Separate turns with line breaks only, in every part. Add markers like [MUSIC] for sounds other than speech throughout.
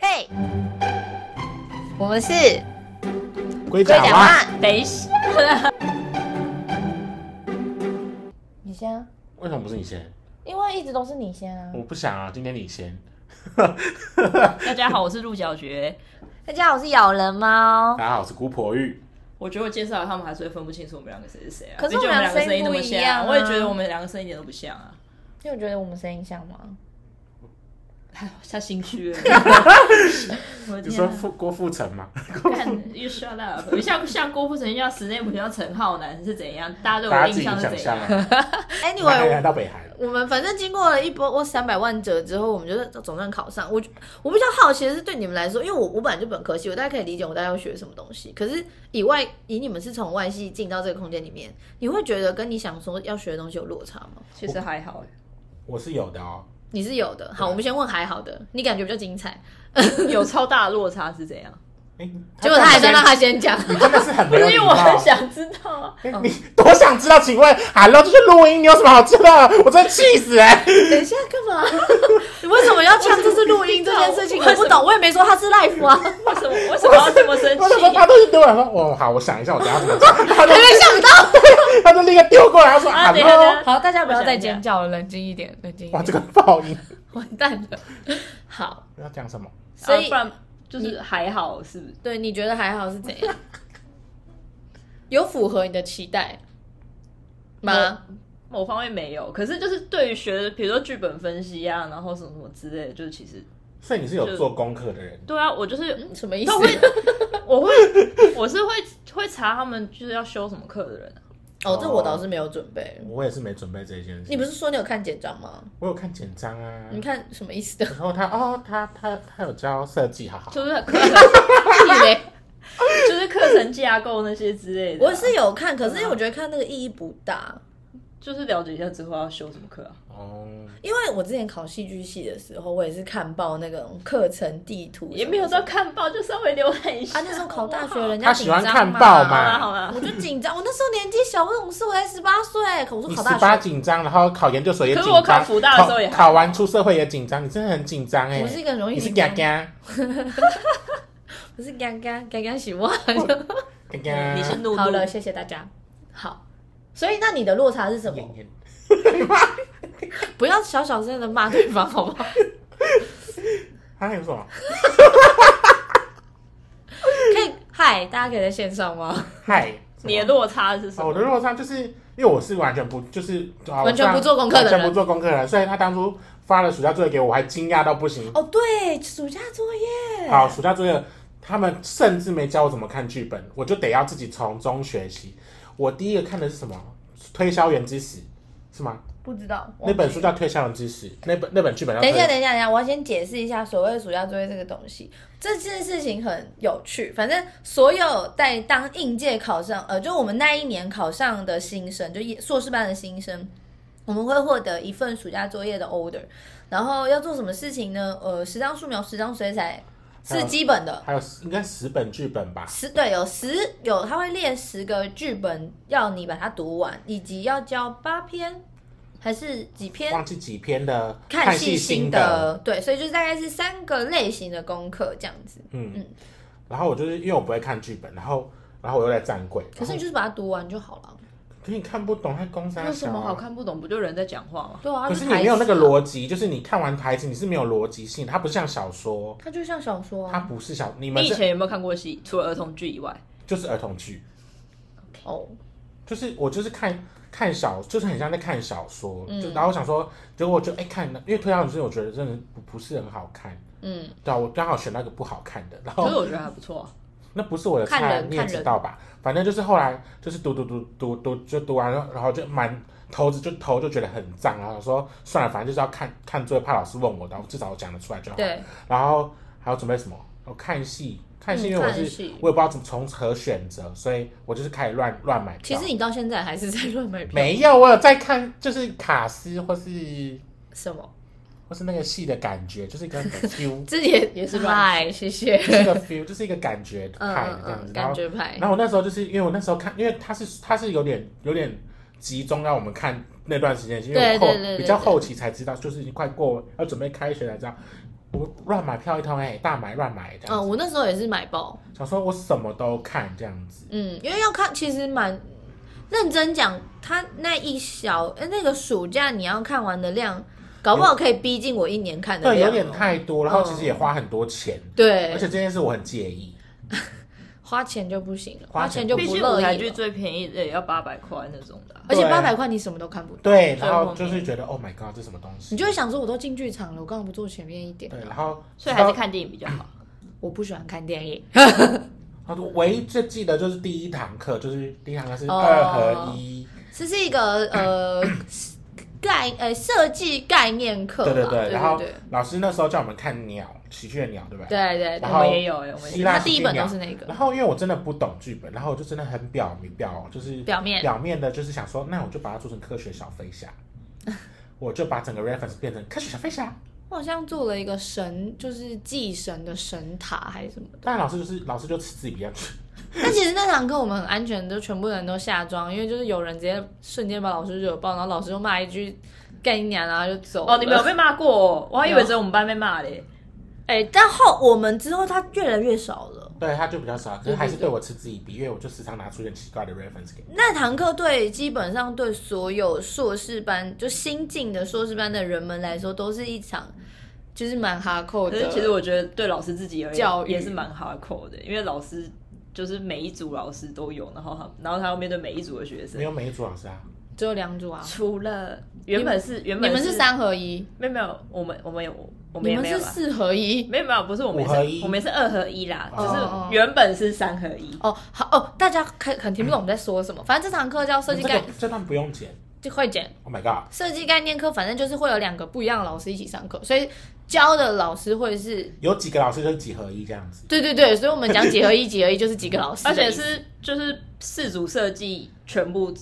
对，我们是
龟甲蛙，
等一下，
你先、啊，
为什么不是你先？
因为一直都是你先啊。
我不想啊，今天你先。
大家好，我是鹿角蕨。
大家好，我是咬人猫
大。家好，我是姑婆玉。
我觉得我介绍了他们还是会分不清楚我们两个谁是谁啊。
可是
毕竟我
我们
们两个声音那么
声音不一
像、
样啊
我也觉得我们两个声音一点都不像啊。 [LAUGHS]
你有觉得我们声音像吗？
哎呦，下心
[LAUGHS]
虚了。 [LAUGHS] 我的
你
天
说
啊、
傅郭富城吗？
看，you shut up！你像像郭富城、像史内普、像陈浩南是怎样？大家对我
大家
的
自己
印象是
想
怎
象
样？
啊。南
，Anyway，
韩到北韩，
我我们反正经过了一波三百万折之后，我们就是总算考上。我我比较好奇的是，对你们来说，因为我我本来就本科系，我大概可以理解我大概要学什么东西。可是以外，以你们是从外系进到这个空间里面，你会觉得跟你想说要学的东西有落差吗？
其实还好、
我是有的哦。
你是有的。好，
对
我们先问还好的，你感觉比较精彩。
[LAUGHS] 有超大的落差是怎样？
哎，
结果他还
在
在让他先 [LAUGHS] 讲。
你真的是很
不
没有
是
礼
因为
貌。
我很想知道啊。
哎你多想知道？请问，Hello，这是录音，你有什么好知道的？我真的气死哎！
等一下，干嘛？ [LAUGHS] 你为什么要呛这是录音这件事情？
我
我
不知道
不懂，我也没说他是 live 啊。
为什么为什么要这么 [LAUGHS] 生
我就说
气？
他都是丢人说，我好，我想一下，我等下怎么讲。他就
没想到。
他就立 [LAUGHS] 刻丢过来，他说
啊等一下等一
Hello，
下
好，大家不要
我想
再
一下
尖叫了，冷静一点，冷静一
哇，这
点。
个爆音，
完蛋了。好，
要讲什么？
所
啊
以
不然就是还好，是不是？
对你觉得还好是怎样？有符合你的期待吗？
某方面没有，可是就是对于学的，比如说剧本分析啊，然后什么什么之类的，就是其实
所以你是有做功课的人，
对啊，我就是
嗯什么意思
都？会，我会， [LAUGHS] 我是会会查他们就是要修什么课的人啊、
哦，这我倒是没有准备。
我也是没准备这一件事。
你不是说你有看简章吗？
我有看简章啊，
你看什么意 [LAUGHS] 思的？
然后他哦，他他他有教设计，好好，
就是课
[LAUGHS]
程，
以为
就是课程架构那些之类的啊、
我是有看，可是因为我觉得看那个意义不大。
就是了解一下之后要修什么课啊。
哦，
因为我之前考戏剧系的时候，我也是看报那种课程地图什么的，
也没有到看报，就稍微浏览一下。
啊，那时
[LAUGHS]
候考大学，人家
他喜欢
紧张
看报
好啦
嘛，
好啦
我，就紧张。我那时候年纪小，我懂事，我才十八岁，我说
你
考
十
大
八
学，
紧张，然后考研究所也
可
紧
是我
张，
考福大的时候也还
考
好
考完出社会也紧张，你真的很紧张哎，
我是一个很容易
你是
紧
嘎
张，
嘎
我是刚刚刚刚洗 [LAUGHS] 袜。
嘎嘎，
你是怒怒
好了，谢谢大家。好，所以那你的落差是什么
演？员
不要小小声的骂对方，好不好？
他还有什么？
[LAUGHS] 可以，嗨，大家可以在线上吗？
嗨，
你的落差是什
哦，
么？
我的落差就是因为我是完全不就是啊
完全不做功课的人
完全不做功课的人，所以他当初发了暑假作业给我，我还惊讶到不行。
哦，对，暑假作业。
好，暑假作业他们甚至没教我怎么看剧本，我就得要自己从中学习。我第一个看的是什么？推销员之死是吗？
不知道
那本书叫《推销员之死》，那本那本剧本叫
等
推
一下，等一下，等一下，我要先解释一下所谓暑假作业这个东西。这件事情很有趣，反正所有在当应届考上，呃，就我们那一年考上的新生，就一硕士班的新生，我们会获得一份暑假作业的 order，然后要做什么事情呢？呃，十张素描，十张水彩
还
是
有
基本的，
还有十应该十本剧本吧？
十对有十有，他会列十个剧本要你把它读完，以及要交八篇还是几篇？
忘记几篇的
看戏
戏心
心
得，
得，对，所以就大概是三个类型的功课这样子。
嗯。然后我就是因为我不会看剧本，然后然后我又在站柜，
可是你就是把它读完就好了。
可你看不懂，他公司
有什么好？看不懂？不就人在讲话吗？
对啊，
啊可
就是
你
台
没有那个
词啊，
逻辑，就是你看完台词你是没有逻辑性，它不像小说，
它就像小说
它
啊。
不是小，你们
你以
是
前有没有看过戏？除了儿童剧以外，
就是儿童剧，
哦，
就是我就是看看小，就是很像在看小说，
嗯
就然后我想说，结果我就哎、看，因为推销女生我觉得真的不不是很好看，
嗯，
对啊，我刚好选那个不好看的，然
可是
后
我觉得还不错啊、
那不是我的
看
菜，
人
你也
看人
知道吧？反正就是后来就是读读读读读就读完了，然后就满头子就头就觉得很胀，然后想说算了，反正就是要看看最后怕老师问我，然后至少我讲得出来就好。
对，
然后还要准备什么？我看戏，看
嗯
戏，因为我是、
看戏
我也不知道怎么从何选择，所以我就是开始乱乱买
其
票。
实你到现在还是在乱买票。
没有，我有在看，就是卡斯或是
什么，
或是那个戏的感觉，就是一
[LAUGHS]
个 feel，
这也
也是乱
嗨，谢谢。
就是一个 feel，就是一个感觉
嗯
派的
嗯
这
嗯，
样子。然
感
后
觉派
然。后我那时候就是因为我那时候看，因为它是它是有点有点集中让我们看那段时间，因为我
对
后
对对对
比较
对
后期才知道，就是已经快过要准备开学才知道。我乱买票一通哎、大买乱买这样
嗯，
子，
我那时候也是买爆，
想说我什么都看这样子，
嗯，因为要看，其实蛮认真讲，他那一小呃那个暑假你要看完的量，搞不好可以逼近我一年看的
对，
量哦、嗯
有点太多，然后其实也花很多钱，而
对
且，这件事我很介意，
花钱就不行了，
花
花
钱
钱就
毕
不
竟舞
乐
台
意
剧
了，
最便宜的也要八百块那种的啊、
而且
对
八百块你什么都看不到，
对，
最
然后
后
就是
面
觉得 Oh my God，这什么东西？
你就会想说，我都进剧场了，我干嘛不坐前面一点？
对，然后
所以还是看电影比较好。
我不喜欢看电影，
他说唯一最记得就是第一堂课，就是第一堂课是
哦
二合一，
这是一个
[COUGHS]
呃概呃设计概念课吧，
对对对
对
然后
对
老师那时候叫我们看鸟，喜剧的鸟，对不对？
对对
然
对，
后
我也有哎、我
希
们
腊
他
是
第一
这
本都
样
是那个
然后因为我真的不懂剧本，然后我就真的很表明表就是
表面
表面的，就是想说，那我就把它做成科学小飞侠，我就把整个 reference 变成科学小飞侠。
我好像做了一个神，就是祭神的神塔还是什么。
但老师就是老师就嗤之以鼻啊这样子，
但其实那堂课我们很安全，就全部人都下妆，因为就是有人直接瞬间把老师惹爆，然后老师就骂一句“干你娘”，然后就走了。
哦，你
啊
们有被骂过、哦？我还以为
有
只有我们班被骂嘞。
哎、但后我们之后他越来越少了。
[LAUGHS] 对他就比较少，可
对
是
对
还是
对
对我嗤之以鼻，因为我就时常拿出一些奇怪的 reference 给你。
那堂课对基本上对所有硕士班就新进的硕士班的人们来说，都是一场就是蛮哈扣
可
的。
是
啊
其实我觉得对老师自己而言
教育
也是蛮 hardcore 的，因为老师就是每一组老师都有，然后他然后他要面对每一组的学
没
生，
有每一组老师啊，
只有两组啊，
除了原本是原
你
本
们是，三合一，
没有没有，我们我们有我们
你
也
们
没有啊
是
啦。
四合一。
没有没有，不是我们也
五合
是
一
我们也是二合一啦，
哦
就是原本是三合一。
哦，好哦，大家可很听不懂我们在说什么。反正这堂课叫设计
嗯
嗯
这
概
个，这段不用剪。
就会剪
Oh my god！
设计概念课，反正就是会有两个不一样的老师一起上课，所以教的老师会是，
有几个老师就是几合一这样子，
对对对，所以我们讲几合
[LAUGHS]
一，几合一就是几个老师的
而
意思，
且是就是四组设计全部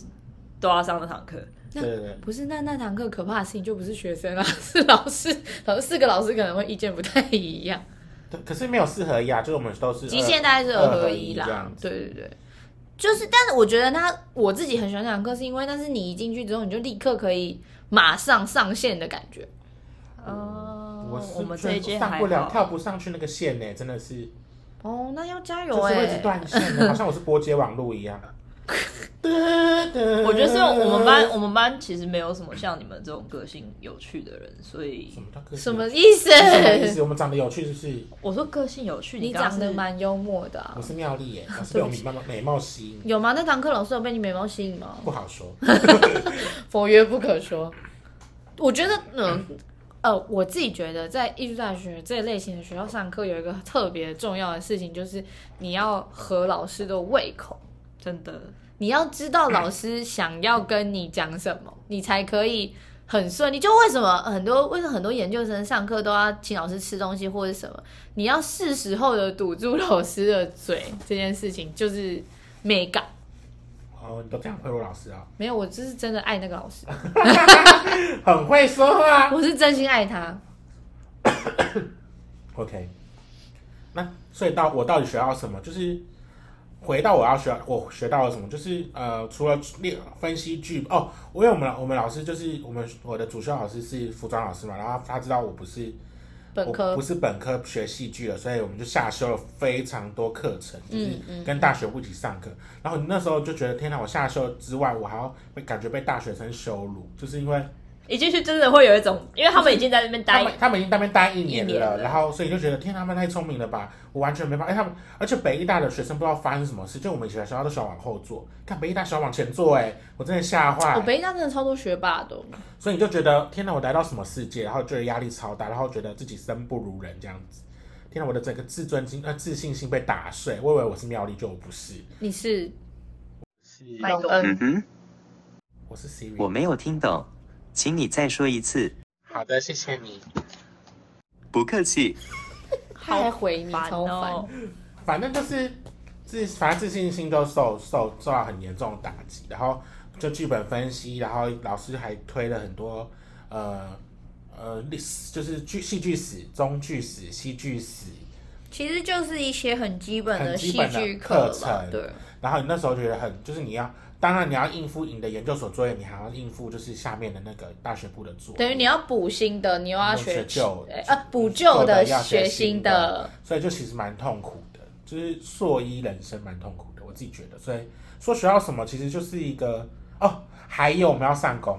都要上那堂课，
那
对对对。
不是那那堂课可怕的事情就不是学生啊，是老师， [LAUGHS] 老师四个老师可能会意见不太一样，
对，可是没有四合一啊，就是我们都是
[LAUGHS] 极限大概是二合一
呃二合一这
啦
样，子
对对对。就是，但是我觉得他我自己很喜欢那堂课，是因为但是你一进去之后，你就立刻可以马上上线的感觉。
哦
我是
我们这一届
上
还
不了，跳
好，
不上去那个线呢、真的是，
哦，那要加油
就
哎、
是会一直断线的，好像我是波接网路一样。
我
我
觉得是我们班我们班其实没有什么像你们这种个性有趣的人，所以
什么叫个性
什么意思？
什么意思？我们长得有趣是不是？
我说个性有趣，
你
刚刚
长得
是
蛮幽默的、啊
我，是妙丽耶、老师被我美貌美貌吸引，
有吗？那堂课老师有被你眉毛吸引吗？
不好说。
佛曰不可说。我觉得，嗯，呃，我自己觉得在艺术大学这类型的学校上课，有一个特别重要的事情，就是你要合老师的胃口，
真的
你要知道老师想要跟你讲什么，你才可以。很顺利，就为什么很多为什么很多研究生上课都要请老师吃东西或者什么？你要是时候的堵住老师的嘴，这件事情就是美感。
哦，你都这样贿赂老师啊、
没有，我就是真的爱那个老师，
很会说话。
我是真心爱他。
OK，那所以到我到底学到什么？就是回到我要学，我学到了什么？就是呃，除了练分析剧哦，因为我们我们老师就是我们我的主修老师是服装老师嘛，然后他知道我不是
本
我
科
不是本科学戏剧的，所以我们就下修了非常多课程，就是
嗯嗯
跟大学部一起上课。然后你那时候就觉得天哪，我下修之外，我还要被感觉被大学生羞辱，就是因为
一进去真的会有一种，因为他们已经在那边
他
待
们，他们已经在那边待一
一
年
年
了，
了
然后所以就觉得天，他们太聪明了吧！我完全没办法。哎，他们而且北医大的学生不知道发生什么事，就我们以前的学校都喜欢往后坐，看北医大喜欢往前坐、哎，我真的吓坏
我。北大真的超多学霸的哦，
所以你就觉得天哪，我来到什么世界？然后觉得压力超大，然后觉得自己生不如人这样子。天哪，我的整个自尊心、呃自信心被打碎。我以为我是妙丽，就我不是，
你是
麦
东
兜
恩
嗯哼，
我是
我
Siri。
没有听懂，请你再说一次。
好的，谢谢你。
不客气。
他还回你，
烦
超烦
哦。。
反正就是自，反正自信心都受受受到很严重的打击，然后就剧本分析，然后老师还推了很多呃呃历史，就是剧戏剧史、中剧史、戏剧史，
其实就是一些很基本
很
的
基
戏
本的
剧
课
吧
程，
对，
然后你那时候觉得很，就是你要，当然你要应付你的研究所作业，你还要应付就是下面的那个大学部的作业，
等于你要补新的，你又要学
学旧
哎呃补旧的
要
学
学
新
的
的，，
所以就其实蛮痛苦的，就是硕一人生蛮痛苦的，我自己觉得。所以说学到什么，其实就是一个哦，还有我们要上工，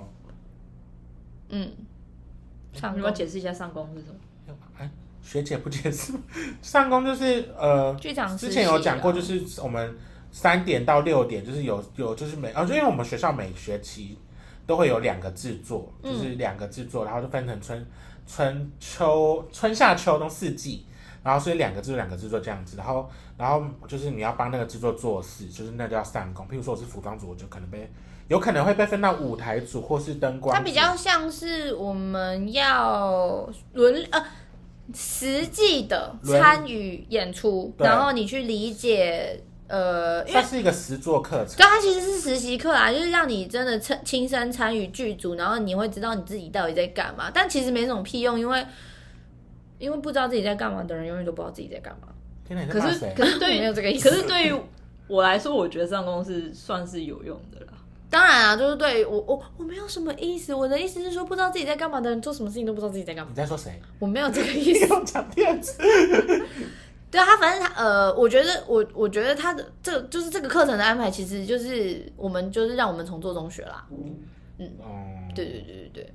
嗯，上
你要
工
解释一下上工是什么？
哎，学姐不解释， [LAUGHS] 上工就是呃，
剧场
之前有讲过，就是是我们三点到六点，就是有有就是每啊，就因为我们学校每学期都会有两个制作，就
嗯
是两个制作，然后就分成春春秋春夏秋冬四季，然后所以两个制作两个制作这样子，然后然后就是你要帮那个制作做事，就是那叫上工。譬如说我是服装组，我就可能被有可能会被分到舞台组或是灯光组，
它比较像是我们要轮呃实际的
轮
参与演出，
对
然后你去理解呃，因为
算是一个实作课程。
对，啊它其实是实习课啊，就是让你真的亲亲身参与剧组，然后你会知道你自己到底在干嘛。但其实没什么屁用，因为因为不知道自己在干嘛的人，永远都不知道自己在干嘛。
天哪，你在
可
骂
是
[LAUGHS]
谁？
可是对于
没有这个意思
可是对于我来说，我觉得上工是算是有用的啦。
当然啊，就是对于我我我没有什么意思，我的意思是说，不知道自己在干嘛的人，做什么事情都不知道自己在干嘛
你。在说谁？
我没有这个意思。
又讲第二次。
[LAUGHS] 对他，反正他呃，我觉得我我觉得他的这就是这个课程的安排，其实就是我们就是让我们从做中学啦。
嗯，
对对对对对，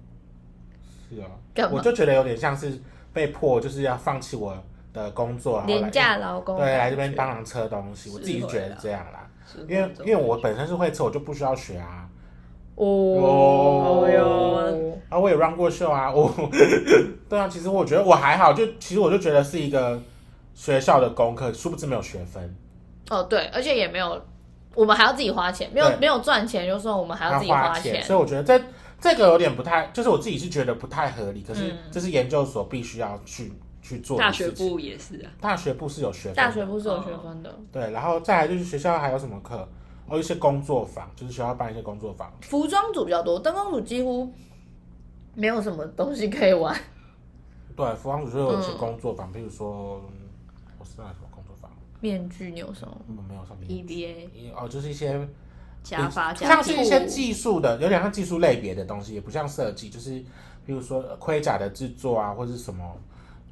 是啊
干，嘛
我就觉得有点像是被迫，就是要放弃我的工作，然后来
廉价劳工
对来这边帮忙车东西，我
是
自己
会
觉得
啦
这样啦，
是
因为
那种
因为我本身是会车，我就不需要学啊。
哦
哦
哟，
啊，我也 run 过秀啊，我 [LAUGHS] 对啊，其实我觉得我还好，就其实我就觉得是一个学校的功课，殊不知没有学分，
哦对，而且也没有，我们还要自己花钱，没有
对
没有赚钱，就说我们还要自己
花
钱。
所以我觉得这这个有点不太，就是我自己是觉得不太合理，可是
嗯
这是研究所必须要去去做的
大学
事情
部也是啊，
大学部是有学分的，
大学不是有学分的，
对，然后再来就是学校还有什么课？哦，一些工作坊，就是学校办一些工作坊。
服装组比较多，灯光组几乎没有什么东西可以玩。
对，服装组就有一些
嗯
工作坊，譬如说，嗯我是哪什么工作坊？
面具你有什么？
我们没有上面
EBA
哦，就是一些
加法加
像是
技
一些
术
技术的，有点像技术类别的东西，也不像设计，就是譬如说呃盔甲的制作啊，或是什么。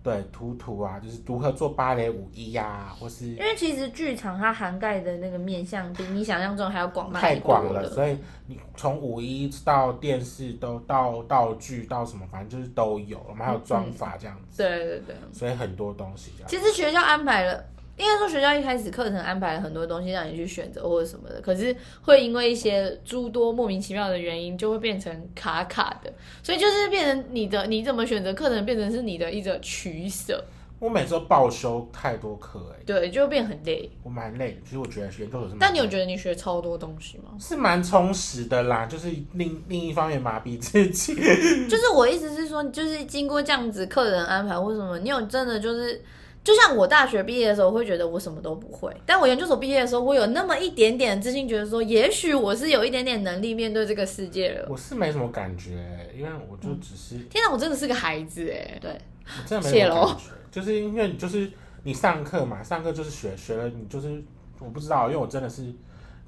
对，图图啊，就是如何做芭蕾舞衣呀、啊或是
因为其实剧场它涵盖的那个面向比你想象中还要广蛮
太广
多
了，
的。
所以你从舞衣到电视都到道具到什么，反正就是都有。我们还有妆法这样子。
对对对。
所以很多东西这样。
其实学校安排了，应该说学校一开始课程安排了很多东西让你去选择或者什么的，可是会因为一些诸多莫名其妙的原因，就会变成卡卡的，所以就是变成你的你怎么选择课程，变成是你的一个取舍，
我每次都报修太多课哎、
对，就会变很累。
我蛮累的。其实我觉得研究所是蛮，
但你有觉
得
得你学超多东西吗？
是蛮充实的啦，就是另另一方面麻痹自己。 [LAUGHS]
就是我意思是说，就是经过这样子课程安排或什么，你有真的就是。就像我大学毕业的时候，我会觉得我什么都不会，但我研究所毕业的时候，我有那么一点点自信，觉得说，也许我是有一点点能力面对这个世界了。
我是没什么感觉、欸因为我就只是、
天哪，我真的是个孩子哎！
对，
我真的没什
泄露
么感觉，就是因为你就是你上课嘛，上课就是学学了，你就是我不知道，因为我真的是。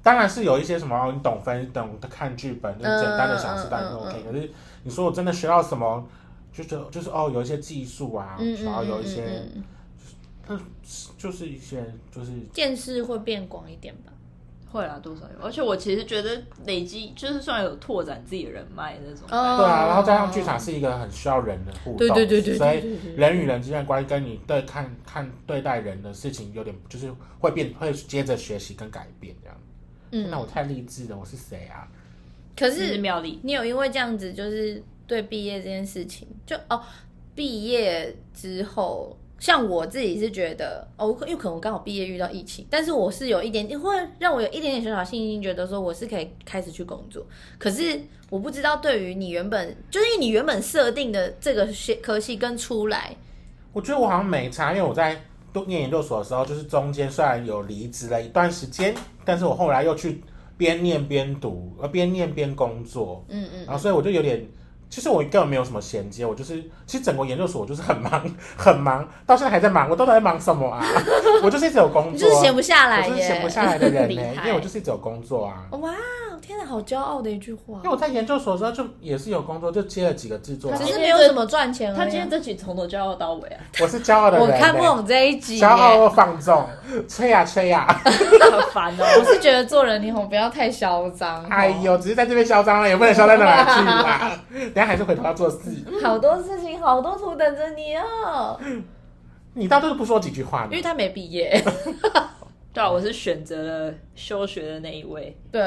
当然是有一些什么，哦你懂分懂看剧本，就是简单的小事，
嗯嗯
当
嗯
然就
嗯
OK。可是你说我真的学到什么，就觉得就是哦，有一些技术啊，然后有一些
嗯嗯
就是一些就是
见识会变广一点吧。
会啦，多少有。而且我其实觉得累积就是算有拓展自己的人脉那种。
哦
对啊，然后加上剧场是一个很需要人的互动，
对对对对对
所
对对
以人与人之间的关系跟你对看看对待人的事情有点就是会变，会接着学习跟改变这样。那
嗯，
我太励志了，我是谁啊？
可
这是
是
妙丽，
你有因为这样子，就是对毕业这件事情，就哦，毕业之后，像我自己是觉得哦，我可有可能我刚好毕业遇到疫情，但是我是有一点点会让我有一点点小小信心，觉得说我是可以开始去工作。可是我不知道对于你原本就是因为你原本设定的这个学科系跟出来，
我觉得我好像没差，因为我在读念研究所的时候，就是中间虽然有离职了一段时间，但是我后来又去边念边读，呃，边念边工作，
嗯嗯，
然后所以我就有点，其实我根本没有什么衔接，我就是其实整个研究所我就是很忙很忙，到现在还在忙，我到底在忙什么啊？ [LAUGHS] 我就是一直有工
你就
作
是
啊、
闲不下来
我
耶， [LAUGHS]
就是闲不下来的人欸
厉
呢、
害
因为我就是一直有工作啊。
哇，天哪，好骄傲的一句话
因为。我在研究所的时候就也是有工作，就接了几个制作
只
案，
是没有怎么赚钱而已啊。
他今天这集从头就要到尾啊， [LAUGHS]
我是骄傲的人、
我
欸，
看不懂这一集耶，
骄傲又放纵，吹呀、吹啊呀、
好烦
我
哦。
是觉得做人你吼不要太嚣张。
哎，呦，只是在这边嚣张了，也不能嚣张到哪去啊！等下还是回头要做事。
好多事情，好多图等着你哦。
你到底是不说几句话
因为
呢？
他没毕业， [LAUGHS]
对啊，我是选择了休学的那一位，
对，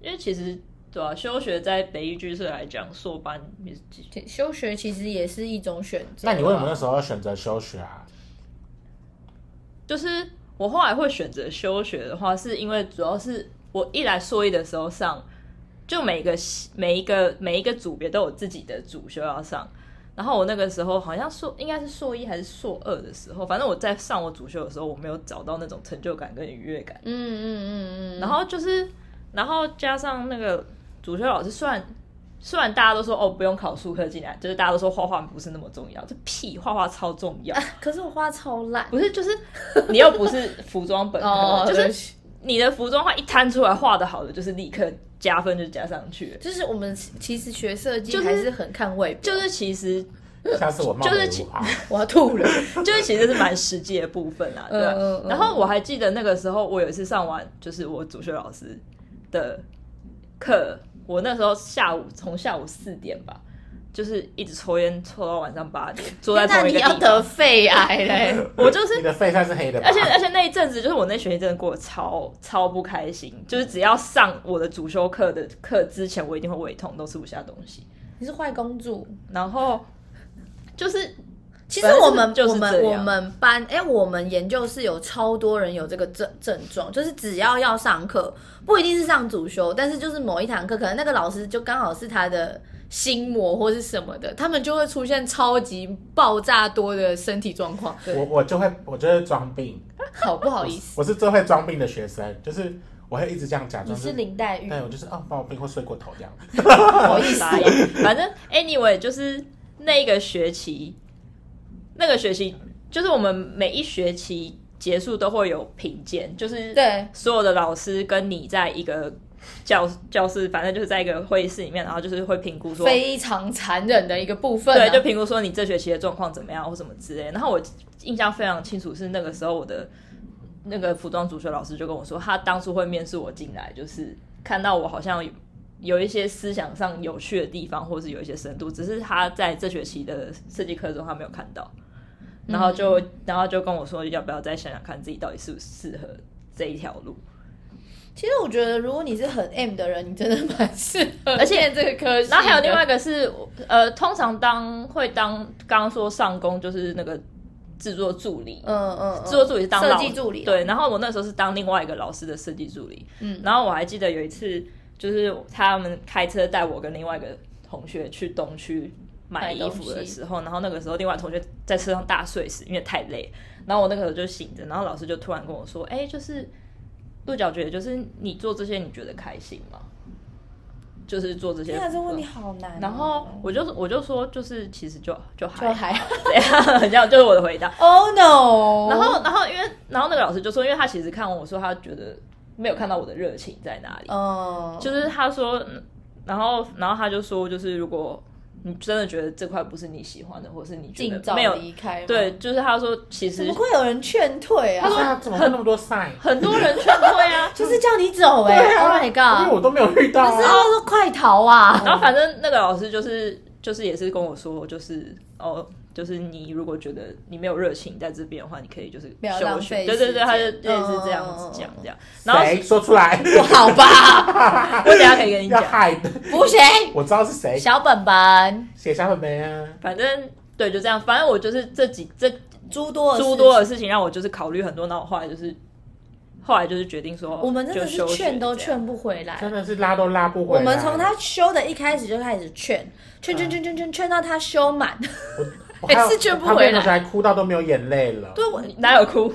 因为其实对啊，休学在北艺剧社来讲，硕班也是几
其休学其实也是一种选择。
那你为什么那时候要选择休学啊？
就是我后来会选择休学的话，是因为主要是我一来硕一的时候上，就每个系每一个每一个组别都有自己的主修要上。然后我那个时候好像硕应该是硕一还是硕二的时候，反正我在上我主修的时候，我没有找到那种成就感跟愉悦感。
嗯嗯嗯嗯，
然后就是，然后加上那个主修老师，虽然虽然大家都说哦不用考数科进来，就是大家都说画画不是那么重要，这屁画画超重要。
可是我画超烂，
不是，就是你又不是服装本科，
[LAUGHS] 哦，
就
对不
是
起
你的服装画一摊出来画的好的，就是立刻加分就加上去了。
就是我们其实学设计
就是
还是很看外表，
就是其实
下次我冒昧无话，
我要吐了。
[LAUGHS] 就是其实是蛮实际的部分啊，对啊
嗯嗯嗯
然后我还记得那个时候，我有一次上完就是我主修老师的课，我那时候下午从下午四点吧，就是一直抽烟抽到晚上八点，坐在
[LAUGHS] 那
同一
你
个
要
地
得
方。
肺癌嘞？
我就是
你的肺算是黑的吧？
[LAUGHS] 而且而且那一阵子，就是我那学期真的过得超超不开心，就是只要上我的主修课的课之前，我一定会胃痛，都吃不下东西。
[LAUGHS] 你是坏公主。
然后
[LAUGHS]
就是
其实我们、
就是
我们
这样
我们班，哎、我们研究室有超多人有这个症症状，就是只要要上课，不一定是上主修，但是就是某一堂课，可能那个老师就刚好是他的心魔或是什么的，他们就会出现超级爆炸多的身体状况，
我我就会我就会装病，
好不好意
[LAUGHS]
思？
我是最会装病的学生，就是我会一直这样假
你
装
是林黛玉，
对我就是哦，冒病或睡过头这样。
不好意思，啊反正 anyway 就是那一个学期，那个学期就是我们每一学期结束都会有评鉴，就是
对
所有的老师跟你在一个教教室，反正就是在一个会议室里面，然后就是会评估说
非常残忍的一个部分、啊，
对，就评估说你这学期的状况怎么样或什么之类的。然后我印象非常清楚是那个时候我的那个服装主修老师就跟我说，他当初会面试我进来，就是看到我好像有有一些思想上有趣的地方，或是有一些深度，只是他在这学期的设计课中他没有看到，然后就、
嗯
然后就跟我说要不要再想想看自己到底适不适合这一条路。
其实我觉得，如果你是很 M 的人，你真的蛮适 [LAUGHS] 合，
而且
这个科系的。
然后还有另外一个是，呃，通常当会当刚刚说上工就是那个制作助理，
嗯，嗯嗯，
制作助理是当
设
老
计助理，哦啊
对，然后我那时候是当另外一个老师的设计助理，
嗯
然后我还记得有一次，就是他们开车带我跟另外一个同学去东区买
买
衣
东
服的
西
时候，然后那个时候另外同学在车上大睡死，因为太累，然后我那个时候就醒着，然后老师就突然跟我说，哎、就是鹿角蕨，就是你做这些你觉得开心吗？就是做这些，
天啊，这问题好难哦。
然后我就我就说，就是其实就就还
就还
这样，这样就是我的回答。
Oh no！
然后，然后因为，然后那个老师就说，因为他其实看我说，他觉得没有看到我的热情在哪里，
嗯，
就是他说，嗯然后，然后他就说，就是如果你真的觉得这块不是你喜欢的，或是你觉
尽
得
早
没有，
离开。
对，，就是他说，其
怎
实
么会有人劝退啊？，
对啊，怎么会那么多 sign？
很多人劝退啊
就是叫你走哎、
对
o
啊
h my
因为
god！
我都没有遇到
但是
啊。
他说快逃
[LAUGHS]
啊！
[LAUGHS] 然后反正那个老师就是就是也是跟我说，就是哦。就是你如果觉得你没有热情在这边的话，你可以就是
不要
休
浪
学，
费
对对
时
对，他就
间
类似这样
嗯嗯
子
嗯嗯
讲这样。然后
谁说出来？
不好吧？
我等一下可以跟你
要
讲，
害的，
[LAUGHS] 不行，
我知道是谁，
小本本，
写下本没啊？
反正对，就这样。反正我就是这几这
诸多的
诸
事
多的
情。
事情让我就是考虑很多，然后我后来就是后来就是决定说，
我们真的
就是休学
劝都
这样
劝不回来，
真的是拉都拉不回
我
来。
们从他修的一开始就开始劝，劝
嗯
劝劝劝劝劝到他修满。
我还有
每次哎劝不
旁
回
边
来
同学还哭到都没有眼泪了。
对我
哪有哭？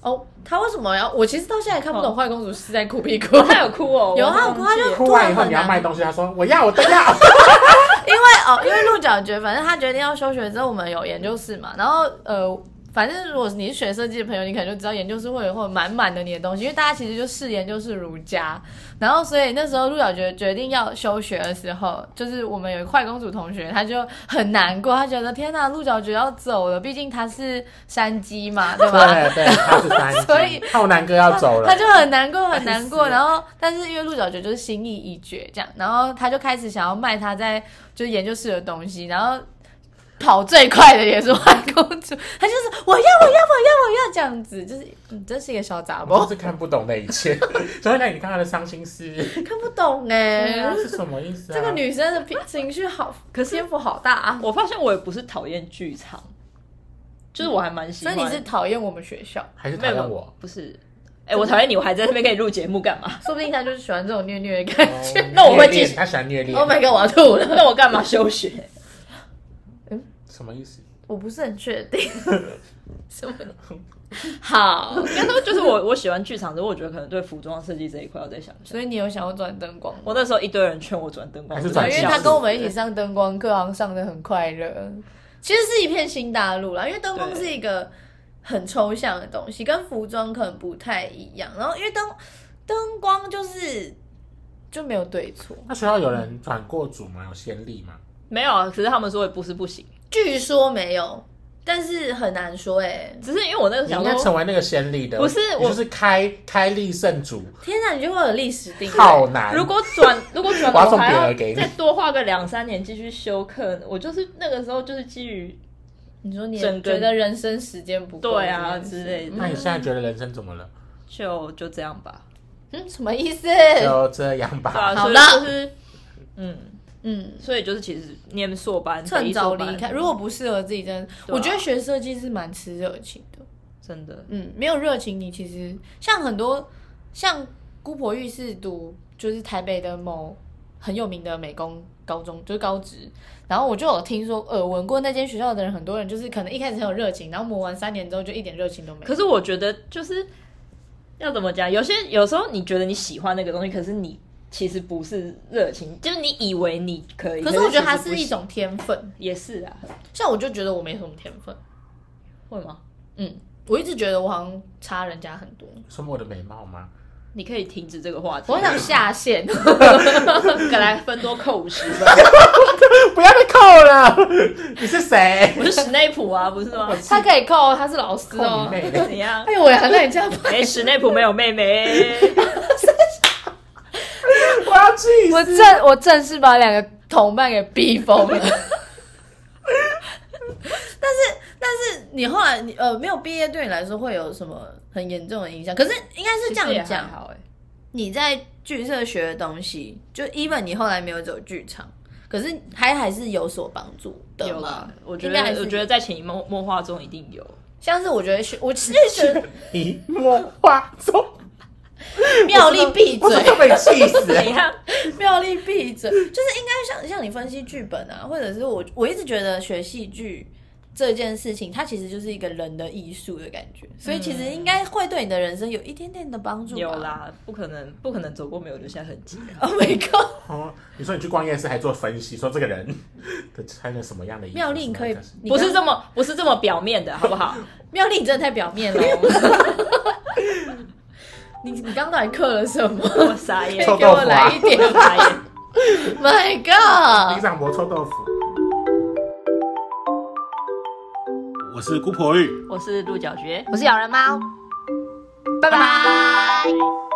哦，他为什么要？我其实到现在也看不懂
哦
坏公主是在哭屁股。
他有哭
[LAUGHS]
哦，
有啊
我
他有哭他就
忘记了
哭完以后你要卖东西，他
啊
说我要我都
[LAUGHS]
要，
因为哦，因为鹿角蕨，反正他决定要休学之后，我们有研究室嘛，然后呃。反正如果你是学设计的朋友，你可能就知道研究室会有会有满满的你的东西，因为大家其实就视研究室如家。然后所以那时候陆小觉决定要休学的时候，就是我们有一个坏公主同学，她就很难过，她觉得天呐，陆小觉要走了，毕竟她是山鸡嘛，对吧？
对对，他是三
[LAUGHS] 所以
浩南哥要走了
他，就很难过，很难过。
烦死了
然后，但是因为鹿角蕨就是心意已决这样，然后他就开始想要卖他在就是研究室的东西，然后跑最快的也是外公主，他就是我要我要我要我要这样子，就是嗯，真是一个小杂
我
包
就，是看不懂那一切。 [LAUGHS] 所以那你看他的伤心事，
看不懂哎、
对啊是什么意思啊？
这个女生的平情绪好，可是篇幅好大啊。
我发现我也不是讨厌剧场，就是我还蛮喜
所
欢。
以你是讨厌我们学校，
还是讨
没有没有
厌我？
不是，哎、我讨厌你，我还在这边跟你录节目干
[LAUGHS]
嘛？
说不定他就是喜欢这种虐虐的感觉。 [LAUGHS]
哦
那我会
虐恋
继续
他喜欢虐恋
Oh my god，我要吐了！
那我干嘛休学？ [LAUGHS]
什么意思？
我不是很确
[LAUGHS]
定什么。好，
应该说就是我我喜欢剧场，只是我觉得可能对服装设计这一块要再想一下。
所以你有想要转灯光吗？
我那时候一堆人劝我转灯光，
还是
我就
转
对因为
校
他
是
跟我们一起上灯光课，好像上的很快乐。其实是一片新大陆啦，因为灯光
对
是一个很抽象的东西，跟服装可能不太一样。然后因为灯灯光就是就没有对错，
那学校有人转过组吗？有先例吗？
没有啊。可是他们说也不是不行，
据说没有，但是很难说哎、
只是因为我那时候
你
想
应该
说
成，为那个先例的，
不是
你
我
就是开开立圣主，
天哪，你就会有历史定位。
浩南。
如果转如果转，
我要送
还
别
要
人给你
再多花个两三年继续修课。我就是那个时候就是基于
你说你
整个
觉得人生时间不够，
对啊之类的
那你现在觉得人生怎么了？
就就这样吧，
嗯，什么意思？
就这样
对
吧。
啊，
好
所以
了
就是嗯。
嗯，
所以就是其实念硕班，北
趁
一
早
硕班
离开。如果不适合自己，真的，
对啊
我觉得学设计是蛮吃热情的。
真的
嗯，没有热情，你其实像很多像姑婆玉是读就是台北的某很有名的美工高中，就是高职。然后我就有听说耳闻过那间学校的人，很多人就是可能一开始很有热情，然后磨完三年之后就一点热情都没有。
可是我觉得就是要怎么讲，有些有时候你觉得你喜欢那个东西，可是你其实不是热情，就是你以为你可以，
可
可
是我觉得它
其实
是
不行
一，种天分，
也是啊，
像我就觉得我没什么天分，
会吗？
嗯，我一直觉得我好像差人家 [LAUGHS] 很多，
什么我的美貌吗？
你可以停止这个话题，
我很想
[LAUGHS]
下线。
本来分多扣五十分，
[LAUGHS]
不要再扣了， [LAUGHS] 你是谁？
我是史内普啊，不是吗？
他可以扣哦，他是老师
扣
哦
你。妹 [LAUGHS]
怎
嘞！
样
哎？呦，我也很想这样
哎、史内普没有妹妹，
我要气
我
死！
正我正式把两个同伴给逼疯了。但是但是你后来你呃没有毕业，对你来说会有什么很严重的影响？可是应该是这样
其实也还
讲，
好哎、
你在剧社学的东西，就 even 你后来没有走剧场，可是还还是有所帮助的
有
嘛
啦，？我觉
应该还
得
是
我觉得在潜移默默化中一定有，
像是我觉得学我其实觉得
你莫化中，
妙丽
[LAUGHS]
闭
我
嘴
真。的被气
[LAUGHS]
死
怎样？
妙丽闭嘴，就是应该像像你分析剧本啊，或者是我我一直觉得学戏剧这件事情，它其实就是一个人的艺术的感觉，所以其实应该会对你的人生有一点点的帮助吧。
有啦，不可能，不可能走过没有留下痕迹啊。
，Oh my god！
哦！你说你去逛夜市还做分析，说这个人 [LAUGHS] 的穿着什么样的衣服？
妙丽，你可以
什么样的，
你
不 [LAUGHS] 是啊
刚
这么不是这么表面的，好不
[LAUGHS]
好？
妙丽，你真的太表面了哦。
[LAUGHS]
你你刚到底刻了什么？
我傻眼，
臭
给
豆
我
腐
来
啊
一点
我傻眼。
，My
李
God！
长博臭豆腐。我是姑婆玉。
我是鹿角蕨。
我是咬人猫，拜拜。